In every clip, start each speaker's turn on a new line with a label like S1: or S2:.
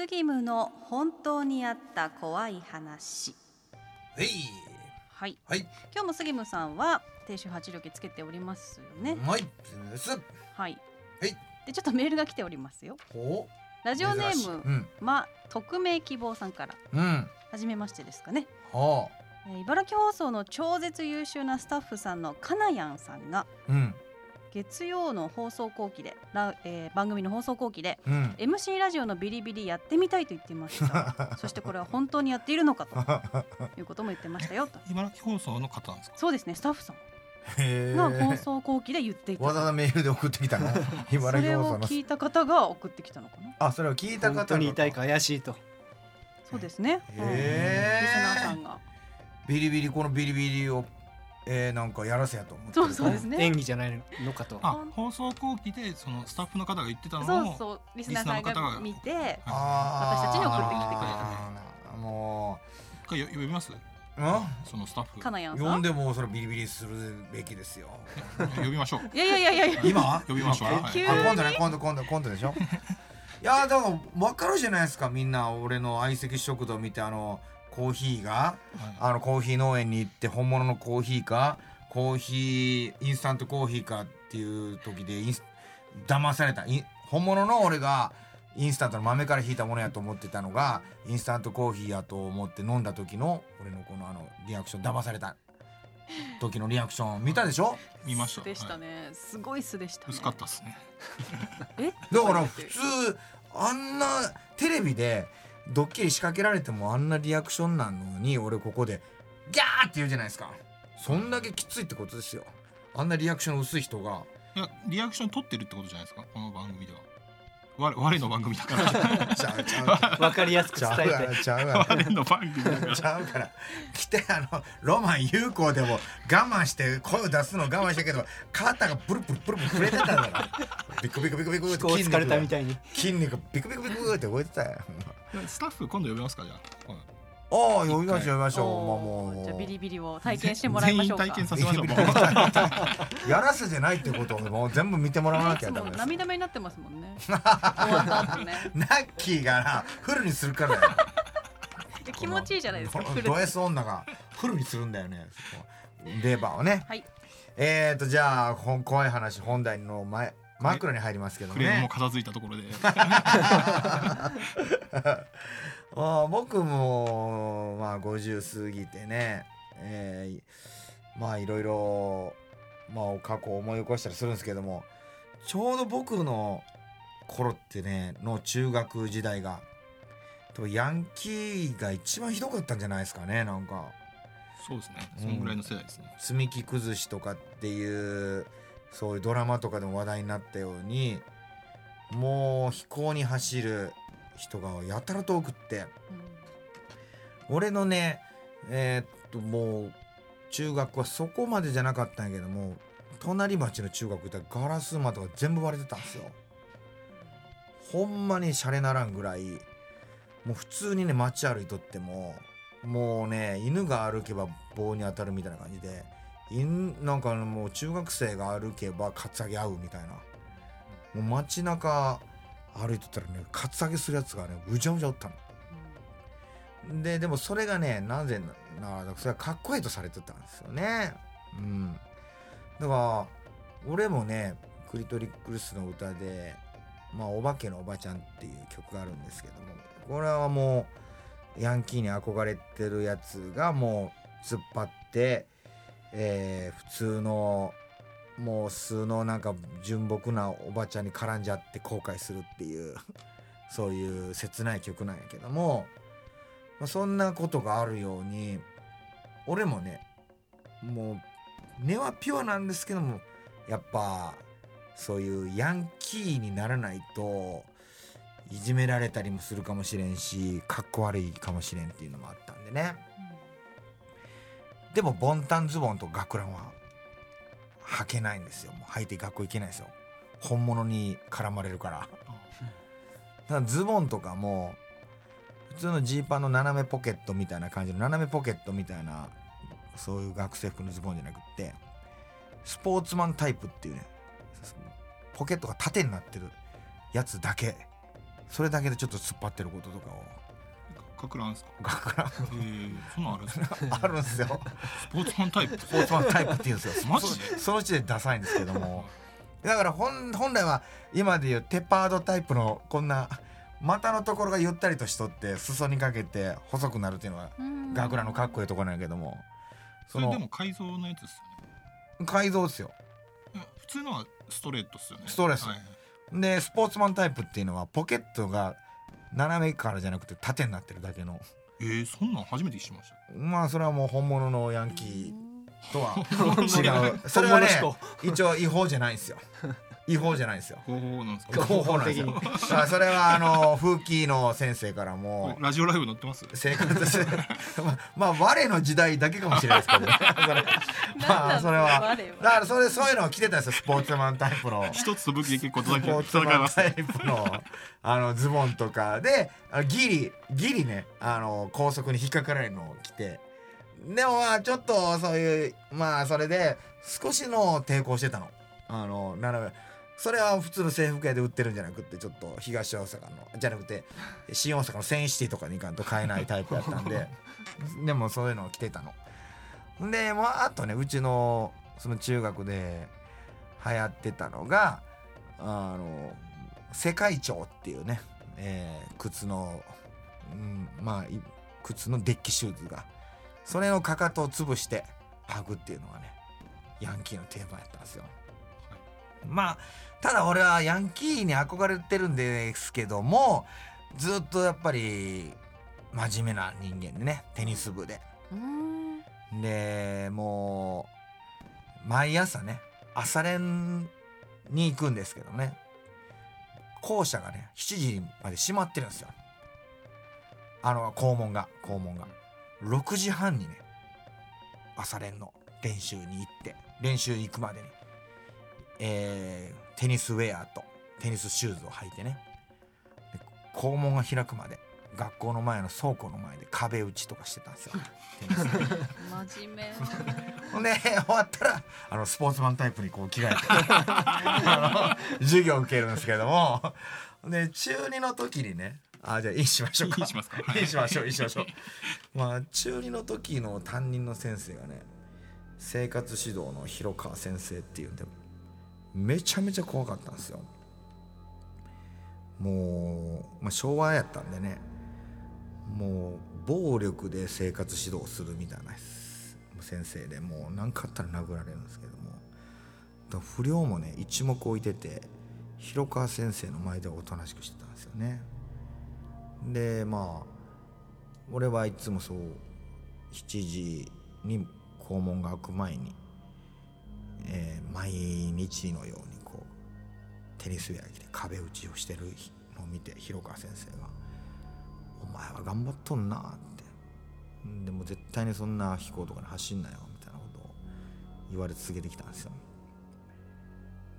S1: 義務の本当にあった怖い話
S2: えい
S1: はい
S2: はい
S1: 今日も杉ムさんは低周波治療器つけておりますよね、
S2: うまいです
S1: はい
S2: はい
S1: でちょっとメールが来ておりますよ
S2: お
S1: ラジオネ
S2: 珍しい
S1: ーム
S2: うん
S1: ま匿名希望さんから
S2: うんは
S1: 初めましてですかね
S2: あ
S1: えー茨城放送の超絶優秀なスタッフさんのかなやんさんが
S2: うん
S1: 月曜の放送後期で、らえー番組の放送後期で
S2: うん
S1: MC ラジオのビリビリやってみたいと言っていましたそしてこれは本当にやっているのかということも言ってましたよと
S3: 茨城放送の方なんですか。
S1: そうですねスタッフさ
S2: へ
S1: んが放送後期で言っていた、
S2: わざわざメールで送って きたの
S1: そ
S2: 茨
S1: れ
S2: 城放
S1: を
S2: 送の
S1: 聞いた方が送ってきたのかな
S2: あそれを聞いた方が
S4: 本当に痛いか怪しいと
S1: そうですね、はい
S2: へー
S1: リスナーさんが
S2: ビリビリこのビリビリをえー、なんかやらせやと思って
S1: そうそうですね
S4: 演技じゃないのかと
S3: あ、放送後期でそのスタッフの方が言ってたの
S1: そう
S3: を。
S1: そうリスナーさん
S3: リスナーの方
S1: が
S3: が
S1: 見て
S2: あー
S1: 私たちに送ってきてくれた
S2: あーも
S3: 一回よ呼びます。
S2: ううん
S3: そのスタッフ。
S1: かなやんさ
S2: 読
S1: ん
S2: んでもそれビリビリするべきです よ。
S3: 呼びましょう。
S1: いやいやいやいやいや
S2: 今
S3: 呼びましょう。は
S1: 急
S3: い。
S2: あ今度ね今度今度今度でし ょ。いやーだから分かるじゃないですかみんな俺の相席食堂見てあのコーヒーがあのコーヒー農園に行って本物のコーヒーかコーヒーインスタントコーヒーかっていう時でインス騙されたイン本物の俺がインスタントの豆から引いたものやと思ってたのがインスタントコーヒーやと思って飲んだ時の俺のこのあのリアクション騙された時のリアクション見たでしょ
S3: 見ました。
S1: 素でした
S3: はい。
S1: ね、すごい素でした、ね、
S3: 薄かったですね。
S1: え
S2: だから普通あんなテレビでドッキリ仕掛けられてもあんなリアクションなのに俺ここでギャーって言うじゃないですかそんだけきついってことですよあんなリアクション薄い人が
S3: いや、リアクション取ってるってことじゃないですか。この番組では。我我の番組だから。
S2: ちゃうちゃう
S4: わかりやすく
S2: ち
S4: 伝
S2: ゃう
S4: え
S2: か
S4: て
S2: ら ちゃうから
S3: 我の番組だから。
S2: ちゃうから来てあのロマン有効でも我慢して声を出すの我慢したけど肩がブルブルブルブル震えてたんだからビクビクビクビクっ
S4: 飛
S2: て
S4: 行疲れたみ
S2: い
S4: たいに
S2: 筋肉ビクビクビクって動いてたよ
S3: スタッフ今度呼びますかじゃあ今度。
S2: ああ呼びましょう呼びましょう
S1: お
S2: まあ
S1: ー
S2: もう
S1: じゃあビリビリを体験してもらいましょうか
S3: 全員体験
S1: い
S3: させましょう。もう
S2: やらせてないってことをもう全部見てもらわなきゃ
S1: つ
S2: ダ
S1: も
S2: メです。
S1: 涙目になってますも んね終わった後ね
S2: ナッキーがなフルにするからだよ。
S1: で気持ちいいじゃないですか
S2: この
S1: フル
S2: ド S 女がフルにするんだよね。そこレバーをね。
S1: はい
S2: えーとじゃあほん怖い話本題の前枕に入りますけど
S3: クレーム
S2: ね
S3: も。片付いたところで。
S2: あー僕もまあ50過ぎてね、えーまあいろいろ、まあ、過去を思い起こしたりするんですけどもちょうど僕の頃ってねの中学時代が多分ヤンキーが一番ひどかったんじゃないですかねなんか
S3: そうですね。そのぐらいの世代ですね。
S2: 積み木崩しとかっていうそういうドラマとかでも話題になったようにもう飛行に走る人がやたらと多くって。俺のねえーっともう中学はそこまでじゃなかったんやけども隣町の中学行ったらガラス窓が全部割れてたんですよほんまにシャレならんぐらいもう普通にね街歩いとってももうね犬が歩けば棒に当たるみたいな感じで犬なんかもう中学生が歩けばカツアゲ合うみたいなもう街中歩いとったらねカツアゲするやつがねうじゃうじゃおったの。ででもそれがねなぜならそれはかっこいいとされてたんですよね。うん、だから俺もねクリトリックルスの歌で「まあ、お化けのおばちゃん」っていう曲があるんですけどもこれはもうヤンキーに憧れてるやつがもう突っ張って、えー普通のもう素のなんか純朴なおばちゃんに絡んじゃって後悔するっていうそういう切ない曲なんやけども。まあ、そんなことがあるように俺もねもう根はピュアなんですけどもやっぱそういうヤンキーにならないといじめられたりもするかもしれんしかっこ悪いかもしれんっていうのもあったんでねでもボンタンズボンと学ランは履けないんですよもう履いて学校行けないですよ本物に絡まれるからただズボンとかも普通のジーパンの斜めポケットみたいな感じの斜めポケットみたいなそういう学生服のズボンじゃなくってスポーツマンタイプっていうねポケットが縦になってるやつだけそれだけでちょっと突っ張ってることとかを
S3: かくらんですか。
S2: 学ラン
S3: えー、そんなんあるんですね。
S2: あるんですよ。
S3: スポーツマンタイプ。
S2: スポーツマンタイプって言うんですよ。
S3: マジで
S2: そその時点でダサいんですけども。だから本本来は今でいうテパードタイプのこんな股のところがゆったりとしとって裾にかけて細くなるっていうのは
S1: うん
S2: 学ランのかっこいいところなんやけども。
S3: そ
S2: そ
S3: れ
S2: の
S3: でも改造のやつですよね
S2: 改造ですよ。
S3: いや。普通のはストレートですよね。
S2: ストレート
S3: はい
S2: でスポーツマンタイプっていうのはポケットが斜めからじゃなくて縦になってるだけの
S3: えー、そんなん初めて知りました。
S2: まあそれはもう本物のヤンキーとは違うそ
S4: 本
S2: れは
S4: 物
S2: ね
S4: 志向
S2: 一応違法じゃないんですよ違法じゃないんですよ
S3: 方法なんです
S2: 合
S3: か。
S2: 法なんですよまあそれはあの風紀の先生からも
S3: ラジオライブ載ってます。
S2: 生活して まあまあ我の時代だけかもしれないですけどねそれまあそれはだからそれそういうのを着てたんですよスポーツマンタイプの
S3: 一つ武器で結構
S2: ス
S3: 叩 き
S2: ポーツ
S3: 戦い
S2: マン
S3: ます
S2: タイ
S3: ね。
S2: プのあのズボンとかであギリギリねあの高速に引っかからないのを着てでもまあちょっとそういうまあそれで少しの抵抗してたのあの斜めそれは普通の制服屋で売ってるんじゃなくてちょっと東大阪のじゃなくて新大阪のセンシティとかに行かんと買えないタイプやったんででもそういうのを着てたの。でまああとねうちのその中学で流行ってたのがあの世界長っていうね、えー靴の、うん、まあい靴のデッキシューズがそれのかかとを潰して履くっていうのがねヤンキーの定番やったんですよ。まあただ俺はヤンキーに憧れてるんですけどもずっとやっぱり真面目な人間でねテニス部で
S1: うん
S2: でもう毎朝ね朝練に行くんですけどね校舎がね7時まで閉まってるんですよあの校門が校門が6時半にね朝練の練習に行って練習行くまでに、えーテニスウェアとテニスシューズを履いてねで校門が開くまで学校の前の倉庫の前で壁打ちとかしてたんですよテニス
S1: 真 面目
S2: ほんで終わったらあのスポーツマンタイプにこう着替えて あの授業を受けるんですけどもで中2の時にねあじゃあインしましょうか
S3: いいしますか。
S2: いいしましょういいしましょうまあ中2の時の担任の先生がね生活指導の広川先生っていうんでめちゃめちゃ怖かったんですよもう、まあ、昭和やったんでねもう暴力で生活指導するみたいな先生でもう何かあったら殴られるんですけどもだから不良もね一目置いてて広川先生の前ではおとなしくしてたんですよねでまあ俺はいつもそう7時に校門が開く前に、えー毎日のようにこうテニスウェア着て壁打ちをしてるのを見て広川先生が「お前は頑張っとんな」って「でも絶対にそんな飛行とかに走んなよ」みたいなことを言われ続けてきたんですよ。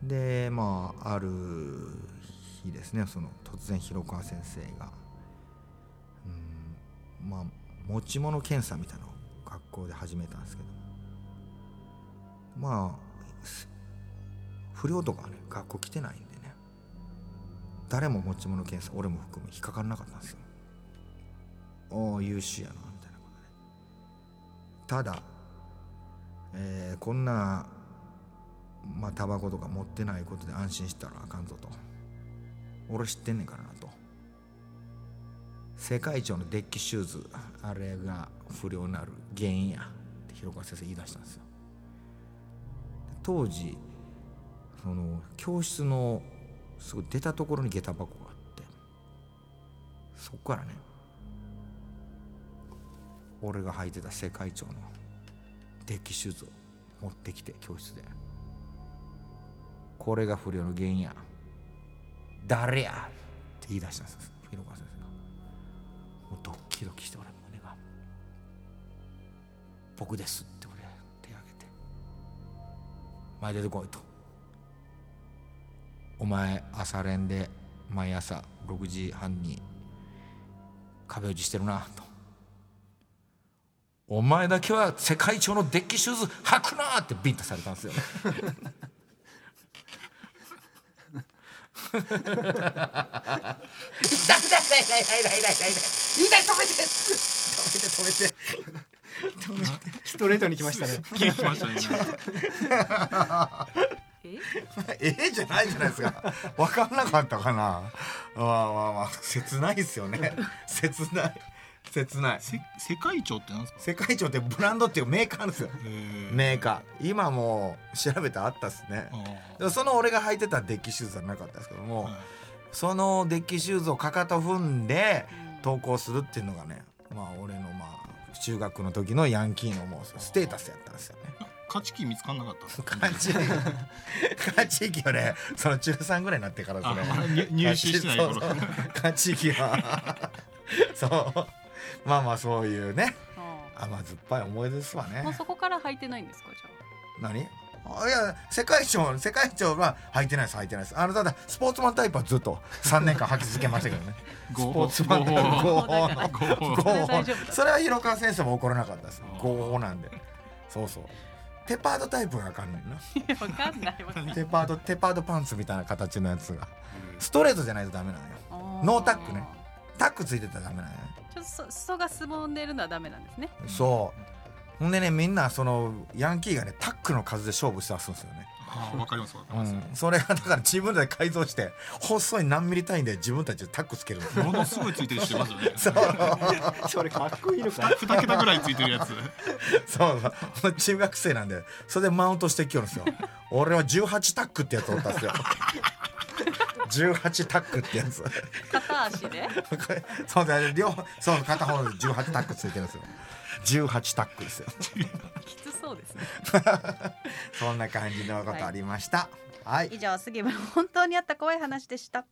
S2: でまあある日ですねその突然広川先生がうんまあ持ち物検査みたいなのを学校で始めたんですけどまあす不良とかはね学校来てないんでね誰も持ち物検査俺も含め引っかからなかったんですよおお優秀やなみたいなことでただ、えーこんなまあタバコとか持ってないことで安心したらあかんぞと俺知ってんねんからなと世界一のデッキシューズあれが不良になる原因やって広川先生言い出したんですよ当時その教室のすぐ出たところに下駄箱があってそこからね俺が履いてた世界一のデッキシューズを持ってきて教室でこれが不良の原因や誰やって言い出したんですよ広川先生がもうドッキドキして俺胸が「僕です」って俺手挙げて「前出てこい」と「お前朝練で毎朝6時半に壁打ちしてるな」と「お前だけは世界一のデッキシューズ履くな」ってビンタされたんですよだだだいだいだいだいだいだい痛い止めて止めて止めて
S4: ストレートに来ましたね。
S3: 切りきましたね今
S1: え
S2: ええじゃないじゃないですか。わかんなかったかな。まあまあまあ、切ないですよね。切ない。切ない。
S3: せ世界長ってなんですか
S2: 世界長ってブランドっていうメーカーなんですよ。メーカー。今もう調べてあったっすね
S3: ー。
S2: でもその俺が履いてたデッキシューズはなかったですけども、そのデッキシューズをかかと踏んで登校するっていうのがね、まあ俺のまあ中学の時のヤンキーのもうステータスやったんですよね。
S3: 勝ちキー見つかんなかったですか
S2: 勝ち勝ち域はねその中3ぐらいになってからそ
S3: あ
S2: れ
S3: まだ入入試してない
S2: そう
S3: 頃
S2: そう 勝ち 域はそうまあまあそういうね
S1: あ
S2: 甘酸っぱい思い出ですわ
S1: ー
S2: ね
S1: もうそこから履いてないんですかじゃ
S2: 何あいや世界賞世界賞は履いてないです履いてないですあのただスポーツマンタイプはずっと3年間履き続けましたけどねス
S3: 合
S2: ポ
S3: 法
S2: ーツマンタイプ合
S1: 合法
S2: 法の
S3: 合
S2: 合
S3: 法
S1: それ
S2: 法
S1: 大丈夫だ
S2: それは広川先生も怒らなかったです
S3: あー
S2: 合法なんでそうそうテパードタイプがあかんねんな
S1: あわかんないわかんない
S2: テパードテパードパンツみたいな形のやつがストレートじゃないとダメなのよ ノータックねタックついてたらダメなのよ
S1: ちょっとそ裾がすぼんでるのはダメなんですね
S2: そうほんでねみんなそのヤンキーがねタックの数で勝負して遊ぶんですよね、
S3: あーわかりますわかります、
S2: うん、それがだから自分で改造して細い何ミリ単位で自分たちでタックつけるんですよ
S3: ものすごいついてる人いますよね
S2: そう
S4: それかっこいいのか。
S3: 二桁ぐらいついてるやつ
S2: そうそう中学生なんでそれでマウントしてきよるん ですよ俺は18タックってやつおったんですよ18タックってやつ
S1: 片足で
S2: これそうだね両方そう片方で18タックついてるんですよ18タックですよ
S1: きつそうですね
S2: そんな感じのことありましたはい、
S1: 以上杉村の本当にあった怖い話でした